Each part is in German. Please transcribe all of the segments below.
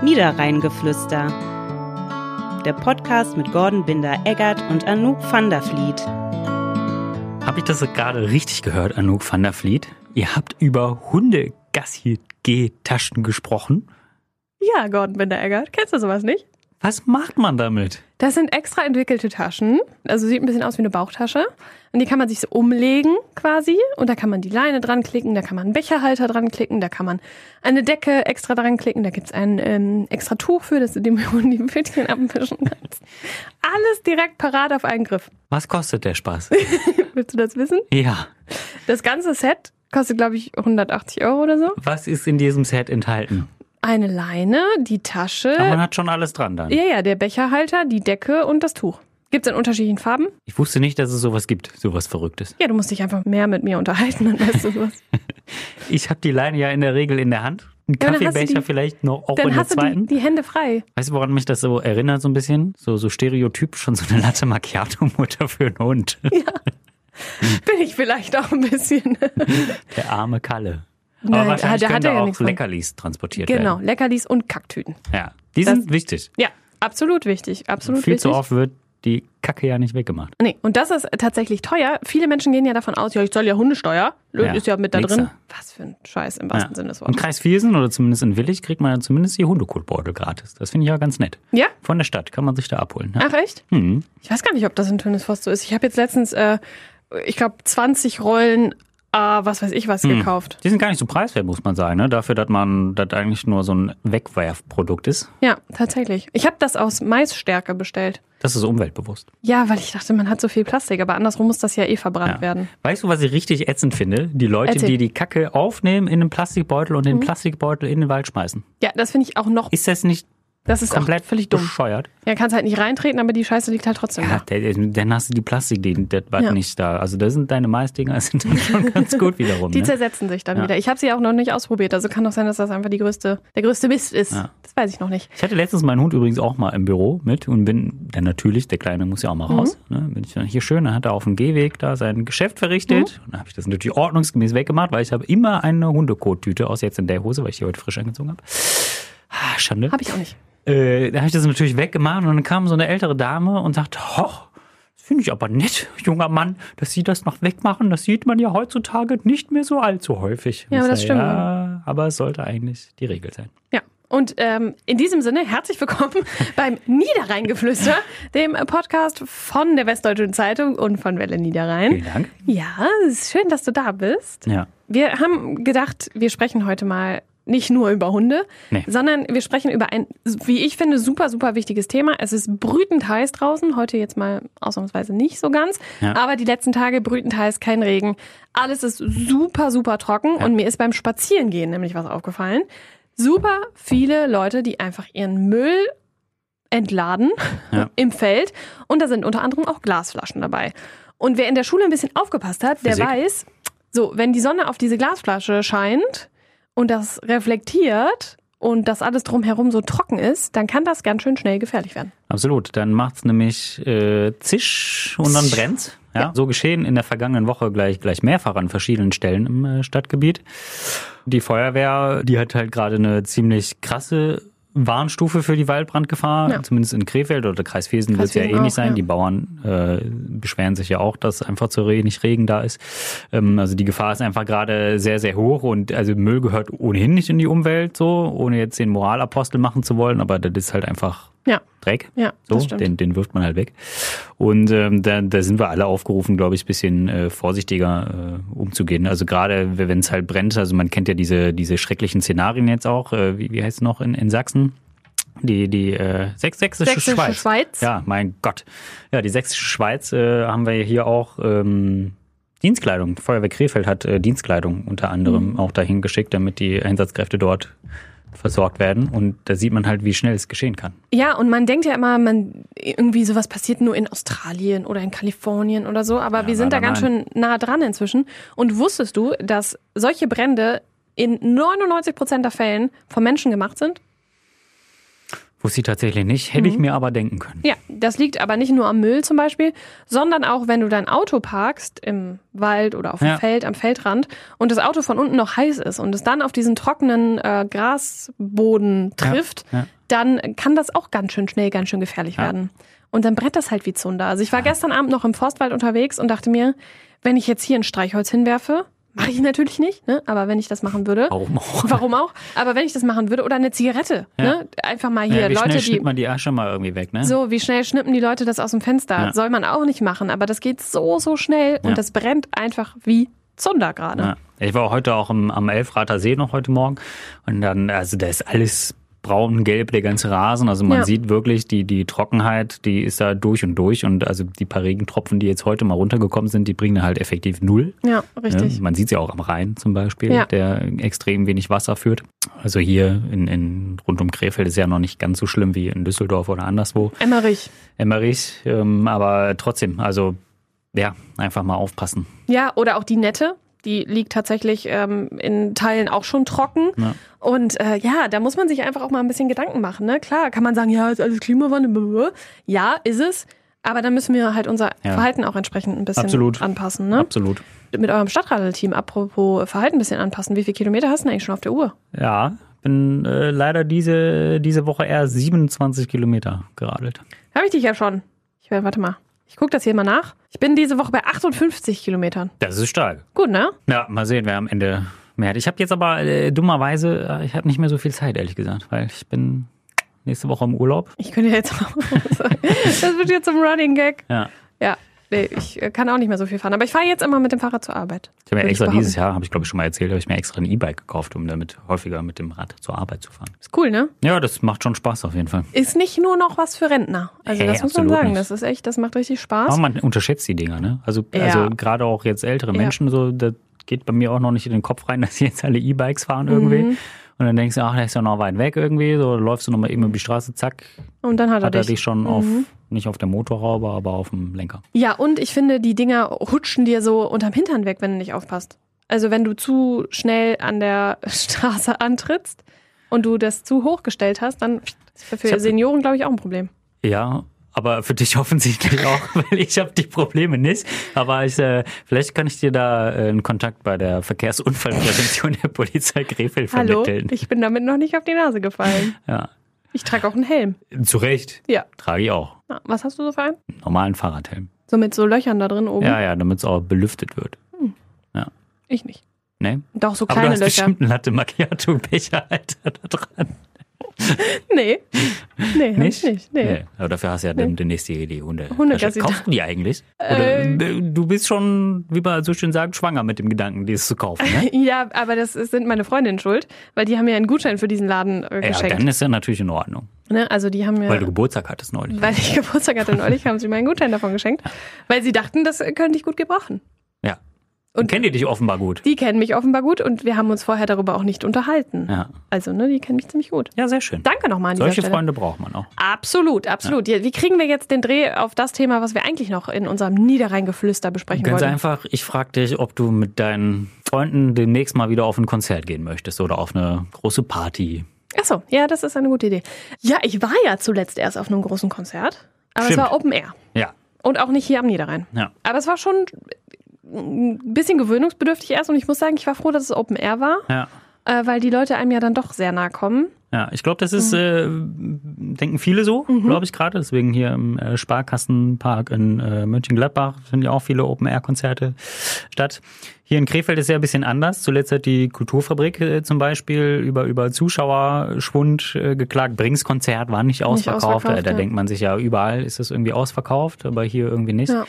Niederrheingeflüster. Der Podcast mit Gordon Binder-Eggert und Anouk van der Vliet. Habe ich das gerade richtig gehört, Anouk van der Vliet? Ihr habt über Hunde Gassi-G-Taschen gesprochen. Ja, Gordon Binder-Eggert. Kennst du sowas nicht? Was macht man damit? Das sind extra entwickelte Taschen. Also sieht ein bisschen aus wie eine Bauchtasche. Und die kann man sich so umlegen quasi. Und da kann man die Leine dran klicken, da kann man einen Becherhalter dran klicken, da kann man eine Decke extra dran klicken, da gibt's ein ähm, extra Tuch für, dass du dem Hund die Pfötchen abwischen kannst. Alles direkt parat auf einen Griff. Was kostet der Spaß? Willst du das wissen? ja. Das ganze Set kostet, glaube ich, 180 Euro oder so. Was ist in diesem Set enthalten? Eine Leine, die Tasche. Aber man hat schon alles dran dann. Äh, Ja, ja, der Becherhalter, die Decke und das Tuch. Gibt's in unterschiedlichen Farben? Ich wusste nicht, dass es sowas gibt, sowas Verrücktes. Ja, du musst dich einfach mehr mit mir unterhalten, dann weißt du was. Ich habe die Leine ja in der Regel in der Hand. Ein Ja, dann hast du Kaffeebecher die- vielleicht noch auch in Dann der hast du die, zweiten. die Hände frei. Weißt du, woran mich das so erinnert, so ein bisschen? So, so stereotyp schon so eine Latte Macchiato-Mutter für einen Hund. Bin ich vielleicht auch ein bisschen. Der arme Kalle. Aber Nein, wahrscheinlich der hat können ja da auch nichts von. Leckerlis transportiert genau, werden. Leckerlis und Kacktüten. Ja, die Das- sind wichtig. Ja, absolut wichtig. Absolut Viel wichtig. zu oft wird die Kacke ja nicht weggemacht. Nee, und das ist tatsächlich teuer. Viele Menschen gehen ja davon aus, ja, ich zahle ja Hundesteuer. Löt Ja, ist ja mit da drin. Mixer. Was für ein Scheiß im Ja. wahrsten Sinne des Im Wortes. Kreis Viersen oder zumindest in Willig kriegt man ja zumindest die Hundekotbeutel gratis. Das finde ich ja ganz nett. Ja? Von der Stadt kann man sich da abholen. Ja. Ach echt? Hm. Ich weiß gar nicht, ob das in Tönisforst so ist. Ich habe jetzt letztens, äh, ich glaube, 20 Rollen, äh, was weiß ich was, Hm. gekauft. Die sind gar nicht so preiswert, muss man sagen. Ne? Dafür, dass man das eigentlich nur so ein Wegwerfprodukt ist. Ja, tatsächlich. Ich habe das aus Maisstärke bestellt. Das ist umweltbewusst. Ja, weil ich dachte, man hat so viel Plastik, aber andersrum muss das ja eh verbrannt Ja. werden. Weißt du, was ich richtig ätzend finde? Die Leute, Erzähl. Mhm. die die Kacke aufnehmen in einen Plastikbeutel und den Plastikbeutel in den Wald schmeißen. Ja, das finde ich auch noch. Ist das nicht Das ist komplett auch völlig dumm. bescheuert? Ja, kannst halt nicht reintreten, aber die Scheiße liegt halt trotzdem Ja, da. der- dann hast du die Plastik, die, das war Ja. nicht da. Also da sind deine Maisdinger sind dann schon ganz gut wiederum. Die ne? zersetzen sich dann Ja. wieder. Ich habe sie auch noch nicht ausprobiert, also kann doch sein, dass das einfach die größte, der größte Mist ist. Ja. Das weiß ich noch nicht. Ich hatte letztens meinen Hund übrigens auch mal im Büro mit und bin dann natürlich, der Kleine muss ja auch mal raus. Mhm. Ne? Bin ich dann hier schön, dann hat er auf dem Gehweg da sein Geschäft verrichtet. Mhm. Und dann habe ich das natürlich ordnungsgemäß weggemacht, weil ich habe immer eine Hundekottüte, außer jetzt in der Hose, weil ich die heute frisch angezogen habe. Ah, Schande. Habe ich auch nicht. äh, da habe ich das natürlich weggemacht und dann kam so eine ältere Dame und sagte, hoch, das finde ich aber nett, junger Mann, dass Sie das noch wegmachen, das sieht man ja heutzutage nicht mehr so allzu häufig. Ja, Und ich aber das sage, stimmt. Ja, aber es sollte eigentlich die Regel sein. Ja. Und ähm, in diesem Sinne, herzlich willkommen beim Niederrheingeflüster, dem Podcast von der Westdeutschen Zeitung und von Welle Vielen Niederrhein. Dank. Ja, es ist schön, dass du da bist. Ja. Wir haben gedacht, wir sprechen heute mal nicht nur über Hunde, Nee. sondern wir sprechen über ein, wie ich finde, super, super wichtiges Thema. Es ist brütend heiß draußen, heute jetzt mal ausnahmsweise nicht so ganz, Ja. aber die letzten Tage brütend heiß, kein Regen. Alles ist super, super trocken und mir ist beim Spazierengehen nämlich was aufgefallen. Super viele Leute, die einfach ihren Müll entladen Ja. im Feld und da sind unter anderem auch Glasflaschen dabei. Und wer in der Schule ein bisschen aufgepasst hat, Physik. der weiß, so, wenn die Sonne auf diese Glasflasche scheint und das reflektiert und das alles drumherum so trocken ist, dann kann das ganz schön schnell gefährlich werden. Absolut. Dann macht's nämlich äh, zisch und dann brennt's. Ja, So geschehen in der vergangenen Woche gleich, gleich mehrfach an verschiedenen Stellen im äh, Stadtgebiet. Die Feuerwehr, die hat halt gerade eine ziemlich krasse Warnstufe für die Waldbrandgefahr, Ja. zumindest in Krefeld oder Kreis Vesen wird es ja Vesen ähnlich auch, sein. ja. Die Bauern äh, beschweren sich ja auch, dass einfach zu wenig Regen da ist. Ähm, also die Gefahr ist einfach gerade sehr, sehr hoch und also Müll gehört ohnehin nicht in die Umwelt so, ohne jetzt den Moralapostel machen zu wollen, aber das ist halt einfach Ja, Dreck. Ja, so, das stimmt. den, den wirft man halt weg. Und ähm, da, da sind wir alle aufgerufen, glaube ich, ein bisschen äh, vorsichtiger äh, umzugehen. Also gerade wenn es halt brennt, also man kennt ja diese, diese schrecklichen Szenarien jetzt auch, äh, wie, wie heißt es noch in, in Sachsen? Die, die äh, Sex Sächsische, Sächsische Schweiz. Schweiz. Ja, mein Gott. Ja, die Sächsische Schweiz äh, haben wir hier auch ähm, Dienstkleidung. Feuerwehr Krefeld hat äh, Dienstkleidung unter Mhm. anderem auch dahin geschickt, damit die Einsatzkräfte dort versorgt werden. Und da sieht man halt, wie schnell es geschehen kann. Ja, und man denkt ja immer, man irgendwie sowas passiert nur in Australien oder in Kalifornien oder so, aber wir sind da nein, ganz schön nah dran inzwischen. Und wusstest du, dass solche Brände in 99 Prozent der Fällen von Menschen gemacht sind? Wusste ich tatsächlich nicht, hätte ich Mhm. mir aber denken können. Ja, das liegt aber nicht nur am Müll zum Beispiel, sondern auch, wenn du dein Auto parkst im Wald oder auf dem Ja. Feld, am Feldrand und das Auto von unten noch heiß ist und es dann auf diesen trockenen äh, Grasboden trifft, ja. dann kann das auch ganz schön schnell, ganz schön gefährlich Ja. werden. Und dann brett das halt wie Zunder. Also ich war gestern Abend noch im Forstwald unterwegs und dachte mir, wenn ich jetzt hier ein Streichholz hinwerfe, mache ich natürlich nicht, ne? aber wenn ich das machen würde, Warum auch? warum auch? Aber wenn ich das machen würde, oder eine Zigarette, Ja. ne? einfach mal hier ja, Äh, wie Leute, schnell die schnitt man die Asche mal irgendwie weg, ne? so, wie schnell schnippen die Leute das aus dem Fenster? Ja. Soll man auch nicht machen, aber das geht so, so schnell und Ja. das brennt einfach wie Zunder gerade. Ja. Ich war heute auch im, am Elfrater See noch heute Morgen und dann, also da ist alles braun, gelb, der ganze Rasen. Also man Ja. sieht wirklich, die, die Trockenheit, die ist da durch und durch und also die paar Regentropfen, die jetzt heute mal runtergekommen sind, die bringen halt effektiv null. Ja, richtig. Ne? Man sieht sie ja auch am Rhein zum Beispiel, Ja. der extrem wenig Wasser führt. Also hier in, in rund um Krefeld ist ja noch nicht ganz so schlimm wie in Düsseldorf oder anderswo. Emmerich. Emmerich, ähm, aber trotzdem, also ja, einfach mal aufpassen. Ja, oder auch die Nette. Die liegt tatsächlich ähm, in Teilen auch schon trocken. Ja. Und äh, ja, da muss man sich einfach auch mal ein bisschen Gedanken machen. Ne? Klar, kann man sagen, ja, ist alles Klimawandel. blablabla. Ja, ist es. Aber dann müssen wir halt unser Ja. Verhalten auch entsprechend ein bisschen Absolut. anpassen. Ne? Absolut. Mit eurem Stadtradelteam, apropos Verhalten ein bisschen anpassen. Wie viele Kilometer hast du denn eigentlich schon auf der Uhr? Ja, bin äh, leider diese, diese Woche eher 27 Kilometer geradelt. Habe ich dich ja schon. Ich werde, warte mal. Ich gucke das hier mal nach. Ich bin diese Woche bei 58 Kilometern. Das ist stark. Gut, ne? Ja, mal sehen, wer am Ende mehr hat. Ich habe jetzt aber äh, dummerweise, äh, ich habe nicht mehr so viel Zeit, ehrlich gesagt, weil ich bin nächste Woche im Urlaub. Ich könnte ja jetzt auch. das wird jetzt zum Running Gag. Ja. Ja, nee, ich äh, kann auch nicht mehr so viel fahren. Aber ich fahre jetzt immer mit dem Fahrrad zur Arbeit. Ich habe mir Würde extra behaupten. dieses Jahr, habe ich glaube ich schon mal erzählt, habe ich mir extra ein E-Bike gekauft, um damit häufiger mit dem Rad zur Arbeit zu fahren. Ist cool, ne? Ja, das macht schon Spaß auf jeden Fall. Ist nicht nur noch was für Rentner. Also Hey, das muss man absolut sagen. nicht. Das ist echt, das macht richtig Spaß. Aber man unterschätzt die Dinger, ne? Also, Ja. also gerade auch jetzt ältere Ja. Menschen, so, das geht bei mir auch noch nicht in den Kopf rein, dass sie jetzt alle E-Bikes fahren irgendwie. Mhm. Und dann denkst du, ach, der ist ja noch weit weg irgendwie. So läufst du nochmal eben über die Straße, zack, Und dann hat, hat er dich schon auf, Mhm. nicht auf der Motorhaube, aber auf dem Lenker. Ja, und ich finde, die Dinger rutschen dir so unterm Hintern weg, wenn du nicht aufpasst. Also wenn du zu schnell an der Straße antrittst und du das zu hoch gestellt hast, dann ist das Ich für hab- Senioren, glaube ich, auch ein Problem. Ja, aber für dich offensichtlich auch, weil ich habe die Probleme nicht. Aber ich, äh, vielleicht kann ich dir da äh, einen Kontakt bei der Verkehrsunfallprävention der Polizei Krefeld Hallo, vermitteln. ich bin damit noch nicht auf die Nase gefallen. Ja. Ich trage auch einen Helm. Zu Recht. Ja. Trage ich auch. Na, Was hast du so für einen? Einen Normalen Fahrradhelm. So mit so Löchern da drin oben? Ja, ja, damit es auch belüftet wird. Ich nicht. Ne? Doch, so Aber du kleine hast Löcher. bestimmt einen Latte Macchiato Becherhalter da dran. Nee. Nee, hab ich Nicht? nicht. Nee. Aber dafür hast du ja dann demnächst die, die Hunde. Hundegassi da. Kaufst du die eigentlich? Oder, Äh. äh, du bist schon, wie man so schön sagt, schwanger mit dem Gedanken, die es zu kaufen. Ne? Ja, aber das ist- sind meine Freundinnen schuld, weil die haben mir einen Gutschein für diesen Laden äh, Ja, geschenkt. dann ist ja natürlich in Ordnung. ne? Also die haben mir Weil du Geburtstag hattest neulich. weil ich Geburtstag hatte neulich, haben sie mir einen Gutschein davon geschenkt, weil sie dachten, das könnte ich gut gebrauchen. ja. Und- Und kennen die dich offenbar gut. Die kennen mich offenbar gut und wir haben uns vorher darüber auch nicht unterhalten. Ja. Also, ne, die kennen mich ziemlich gut. Ja, sehr schön. Danke nochmal an dieser Solche Stelle. Freunde braucht man auch. Absolut, absolut. Ja. Wie kriegen wir jetzt den Dreh auf das Thema, was wir eigentlich noch in unserem Niederrheingeflüster besprechen Ganz wollten? einfach, ich frage dich, ob du mit deinen Freunden demnächst mal wieder auf ein Konzert gehen möchtest oder auf eine große Party. Achso, ja, das ist eine gute Idee. Ja, ich war ja zuletzt erst auf einem großen Konzert, aber Stimmt. es war Open Air Ja, und auch nicht hier am Niederrhein. ja. Aber es war schon ein bisschen gewöhnungsbedürftig erst und ich muss sagen, ich war froh, dass es Open Air war. Ja, äh, weil die Leute einem ja dann doch sehr nahe kommen. ja. ich glaube, das ist, äh, Mhm. denken viele so, glaube ich gerade. Deswegen hier im äh, Sparkassenpark in äh, Mönchengladbach finden ja auch viele Open-Air-Konzerte statt. Hier in Krefeld ist ja ein bisschen anders. Zuletzt hat die Kulturfabrik äh, zum Beispiel über, über Zuschauerschwund äh, geklagt. Brings Konzert war nicht ausverkauft. ausverkauft, äh, da ja. denkt man sich ja, überall ist das irgendwie ausverkauft, aber hier irgendwie nicht. Ja.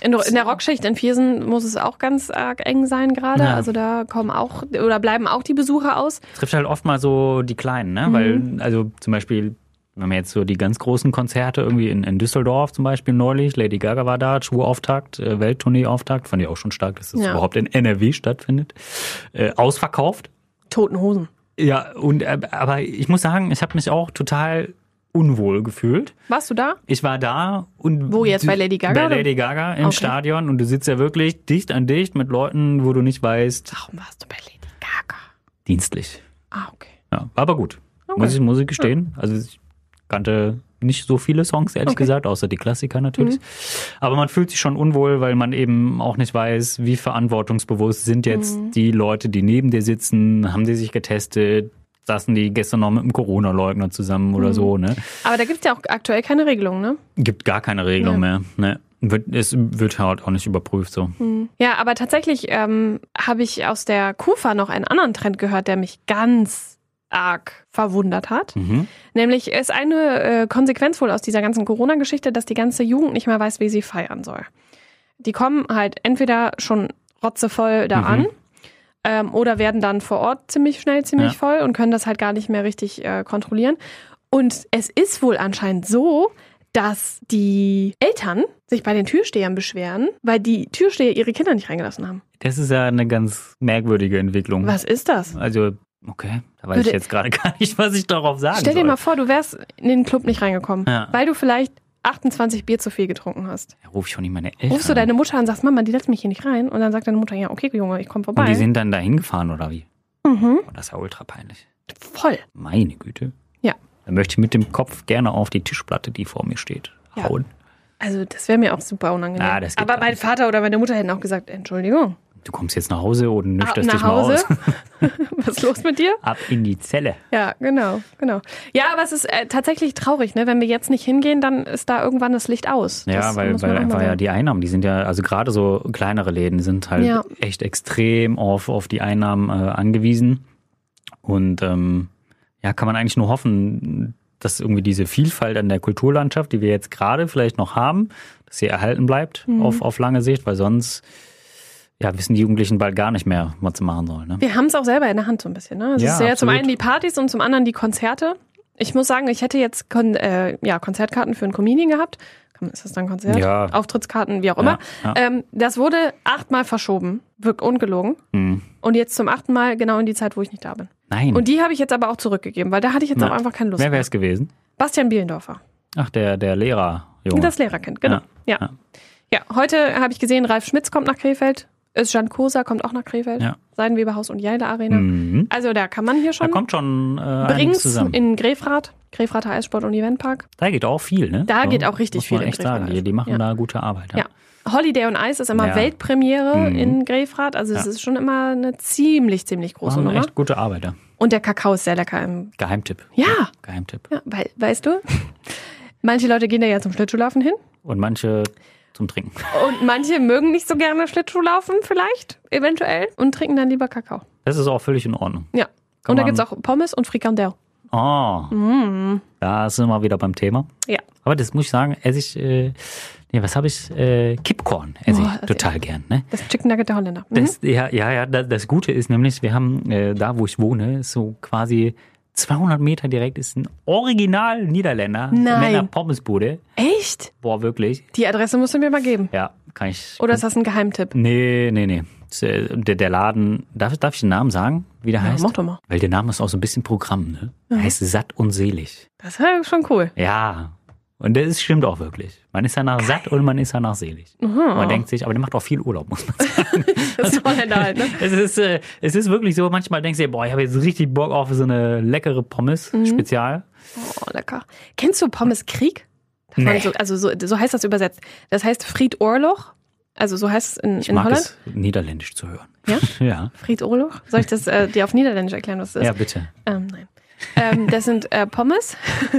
In, in der Rockschicht in Viersen muss es auch ganz arg eng sein gerade. Ja. Also da kommen auch oder bleiben auch die Besucher aus. trifft halt oft mal so die Kleinen, ne? Mhm. Weil, also zum Beispiel, wenn man jetzt so die ganz großen Konzerte irgendwie in, in Düsseldorf zum Beispiel neulich, Lady Gaga war da, Schuhauftakt, äh, Welttournee-Auftakt, fand ich auch schon stark, dass das Ja. überhaupt in NRW stattfindet. Äh, ausverkauft. Toten Hosen. Ja, und äh, aber ich muss sagen, ich habe mich auch total unwohl gefühlt. Warst du da? Ich war da und. Wo jetzt, bei Lady Gaga, Bei oder? Lady Gaga im Okay. Stadion und du sitzt ja wirklich dicht an dicht mit Leuten, wo du nicht weißt, Warum warst du bei Lady Gaga? dienstlich. Ah, okay. Ja, war aber gut. Muss, ich, muss ich gestehen. Also es kannte nicht so viele Songs, ehrlich Okay. Mhm. gesagt, außer die Klassiker natürlich. Aber man fühlt sich schon unwohl, weil man eben auch nicht weiß, wie verantwortungsbewusst sind jetzt Mhm. die Leute, die neben dir sitzen, haben die sich getestet, saßen die gestern noch mit einem Corona-Leugner zusammen Mhm. oder so, ne? Aber da gibt es ja auch aktuell keine Regelung, ne? Gibt gar keine Regelung Ja. mehr, ne? Wird, es wird halt auch nicht überprüft, so. Mhm. Ja, aber tatsächlich ähm, habe ich aus der Kufa noch einen anderen Trend gehört, der mich ganz arg verwundert hat. Mhm. Nämlich ist eine äh, Konsequenz wohl aus dieser ganzen Corona-Geschichte, dass die ganze Jugend nicht mehr weiß, wie sie feiern soll. Die kommen halt entweder schon rotzevoll da Mhm. an ähm, oder werden dann vor Ort ziemlich schnell ziemlich Ja. voll und können das halt gar nicht mehr richtig äh, kontrollieren. Und es ist wohl anscheinend so, dass die Eltern sich bei den Türstehern beschweren, weil die Türsteher ihre Kinder nicht reingelassen haben. Das ist ja eine ganz merkwürdige Entwicklung. Was ist das? Also, okay, da weiß Würde- ich jetzt gerade gar nicht, was ich darauf sagen Stell soll. dir mal vor, du wärst in den Club nicht reingekommen, Ja. weil du vielleicht 28 Bier zu viel getrunken hast. Da ruf ich auch nicht meine Eltern. Rufst du an. deine Mutter an und sagst, Mama, die lässt mich hier nicht rein. Und dann sagt deine Mutter, ja, okay, Junge, ich komme vorbei. Und die sind dann da hingefahren oder wie? mhm. Oh, das ist ja ultra peinlich. Voll. Meine Güte. Ja. Dann möchte ich mit dem Kopf gerne auf die Tischplatte, die vor mir steht, Ja. hauen. Also das wäre mir auch super unangenehm. Ah, das geht Aber gar mein nicht. Vater oder meine Mutter hätten auch gesagt, Entschuldigung, Du kommst jetzt nach Hause und ab nüchterst nach dich mal Hause. aus. Was ist los mit dir? Ab in die Zelle. Ja, genau, genau. Ja, aber es ist äh, tatsächlich traurig, ne? Wenn wir jetzt nicht hingehen, dann ist da irgendwann das Licht aus. Ja, das weil, muss man weil auch mal einfach ja sagen. die Einnahmen, die sind ja, also gerade so kleinere Läden sind halt Ja. echt extrem auf, auf die Einnahmen äh, angewiesen. Und ähm, ja, kann man eigentlich nur hoffen, dass irgendwie diese Vielfalt an der Kulturlandschaft, die wir jetzt gerade vielleicht noch haben, dass sie erhalten bleibt Mhm. auf, auf lange Sicht, weil sonst ja, wissen die Jugendlichen bald gar nicht mehr, was sie machen sollen. Ne? Wir haben es auch selber in der Hand so ein bisschen. Ne? Es Ja, ist ja zum absolut. einen die Partys und zum anderen die Konzerte. Ich muss sagen, ich hätte jetzt Kon äh, ja, Konzertkarten für ein Comedian gehabt. Kann man- Ist das dann Konzert? Ja. Auftrittskarten, wie auch immer. Ja, Ähm, das wurde achtmal verschoben. Wirklich ungelogen. Mhm. Und jetzt zum achten Mal genau in die Zeit, wo ich nicht da bin. Nein, Und die habe ich jetzt aber auch zurückgegeben, weil da hatte ich jetzt Hm. Na, auch einfach keine Lust. wer wäre es gewesen? Bastian Bielendorfer. Ach, der, der Lehrer. Junge. Das Lehrerkind, genau. Ja. ja. Ja, heute habe ich gesehen, Ralf Schmitz kommt nach Krefeld. Özcan Kosa kommt auch nach Krefeld. Ja. Seidenweberhaus und Jeiler Arena. Mhm. Also da kann man hier Da schon. kommt schon äh, einiges Brings zusammen. in Grefrath, Grefrather Eissport und Eventpark. Da geht auch viel, ne? Da geht auch richtig muss man viel in echt sagen. Griechenland. Die, die machen Ja. da gute Arbeit. Ja. Ja. Holiday on Ice ist immer Ja. Weltpremiere Mhm. in Grefrath. Also es Ja. ist schon immer eine ziemlich, ziemlich große Machen Nummer. echt gute Arbeit. Ja. Und der Kakao ist sehr lecker im. Geheimtipp. Ja, Geheimtipp. ja weil, weißt du, manche Leute gehen da ja zum Schlittschuhlaufen hin Und manche zum Trinken. und manche mögen nicht so gerne Schlittschuhlaufen vielleicht, eventuell, und trinken dann lieber Kakao. Das ist auch völlig in Ordnung. Ja. Kann und da man- gibt's auch Pommes und Frikandel. Oh, Mm. da sind wir wieder beim Thema. Ja. Aber das muss ich sagen, esse ich, äh, nee, was habe ich? Äh, Kipcorn esse Oh, ich das- total gern. Ne? Das Chicken Nugget der Holländer. Mhm. Das, ja, ja, ja, da- das Gute ist nämlich, wir haben äh, da, wo ich wohne, ist so quasi 200 Meter direkt ist ein original Niederländer Nein. Männer-Pommesbude. Echt? Boah, wirklich. Die Adresse musst du mir mal geben. Ja, kann ich Oder ist das ein Geheimtipp? Nee, nee, nee. Der, der Laden, darf, darf ich den Namen sagen, wie der heißt? mach doch mal. Weil der Name ist auch so ein bisschen Programm, ne? Heißt satt und selig. Das ist ja schon cool. Ja. Und das ist- stimmt auch wirklich. Man ist danach satt und man ist danach selig. Man denkt sich, aber der macht auch viel Urlaub, muss man sagen. Das ist ein Holländer halt, ne? es, ist, äh, es ist wirklich so, manchmal denkst du dir, boah, ich habe jetzt richtig Bock auf so eine leckere Pommes, spezial. Oh, lecker. Kennst du Pommes Krieg? Darf man Nee. So, also so, so heißt das übersetzt. Das heißt Friedurloch. Also so heißt es in, Ich in mag Holland. es, Niederländisch zu hören. Ja? ja. Friedurloch. Soll ich das äh, dir auf Niederländisch erklären, was das ist? Ja, bitte. Ähm, nein. Ähm, das sind äh, Pommes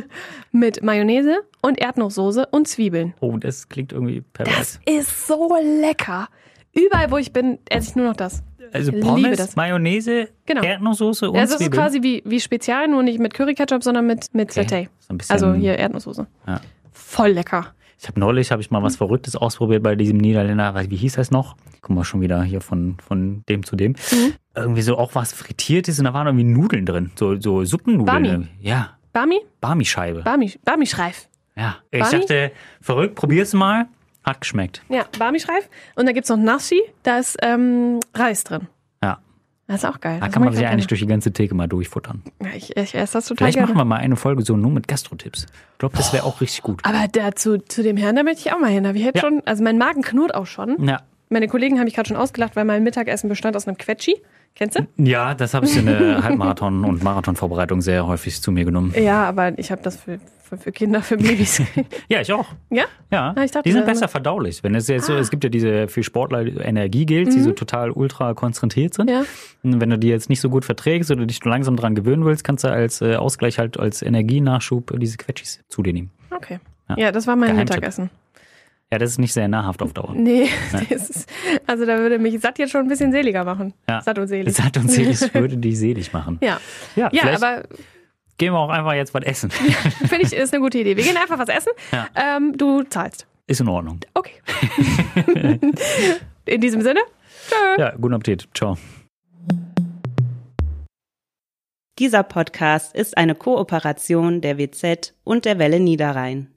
mit Mayonnaise und Erdnusssoße und Zwiebeln. Oh, das klingt irgendwie pervers. Das ist so lecker. Überall, wo ich bin, esse ich nur noch das. also ich liebe Pommes, das. Mayonnaise, Genau. Erdnusssoße und also es ist Zwiebeln. quasi wie, wie Spezial, nur nicht mit Curry-Ketchup, sondern mit, mit Okay. Satay. So ein bisschen- Also hier Erdnusssoße. Ja. Voll lecker. Ich habe neulich hab ich mal was Verrücktes ausprobiert bei diesem Niederländer. Weiß- Wie hieß das noch? Guck mal schon wieder hier von, von dem zu dem. Irgendwie so auch was frittiertes und da waren irgendwie Nudeln drin. So, so Suppennudeln. Barmi. irgendwie. Ja, Bami? Barmischeibe. Bami, Bami Schreif. ja. Ich Barmi? dachte, verrückt, probier's mal. Hat geschmeckt. Ja, Barmischreif. Und da gibt's noch Nasi, da ist ähm, Reis drin. Ja. Das ist auch geil. Da Das kann mag man ich sich auch eigentlich gerne. durch die ganze Theke mal durchfuttern. Ja, ich, ich esse das total Vielleicht machen gerne. wir mal eine Folge so nur mit Gastrotipps. Ich glaube, das wäre auch richtig gut. Aber dazu, zu dem Herrn, da möchte ich auch mal hin. Da hab ich jetzt Ja. Mhm. schon, also mein Magen knurrt auch schon. Ja. Meine Kollegen haben mich gerade schon ausgelacht, weil mein Mittagessen bestand aus einem Quetschi. Kennst du? Ja, das habe ich in der Halbmarathon- und Marathonvorbereitung sehr häufig zu mir genommen. Ja, aber ich habe das für, für, für Kinder, für Babys. Ja, ich auch. ja? Ja, Ah, ich dachte, Ah. die sind das- besser verdaulich. Wenn es jetzt so, es gibt ja diese für Sportler Energiegels, die so total ultra konzentriert sind. Mhm. Ja. Und wenn du die jetzt nicht so gut verträgst oder dich langsam dran gewöhnen willst, kannst du als äh, Ausgleich halt als Energienachschub äh, diese Quetschis zu dir nehmen. Okay. Ja. Ja, das war mein Geheimtipp. Mittagessen. Ja, das ist nicht sehr nahrhaft auf Dauer. Nee, das ist, also da würde mich satt jetzt schon ein bisschen seliger machen. Ja. Satt und selig. Das hat uns selig, würde die selig machen. Ja. Ja, Ja, vielleicht aber gehen wir auch einfach jetzt was essen. finde ich, ist eine gute Idee. Wir gehen einfach was essen. Ja. Ähm, du zahlst. Ist in Ordnung. Okay. In diesem Sinne. Äh. Ja, guten Appetit. Ciao. Dieser Podcast ist eine Kooperation der WZ und der Welle Niederrhein.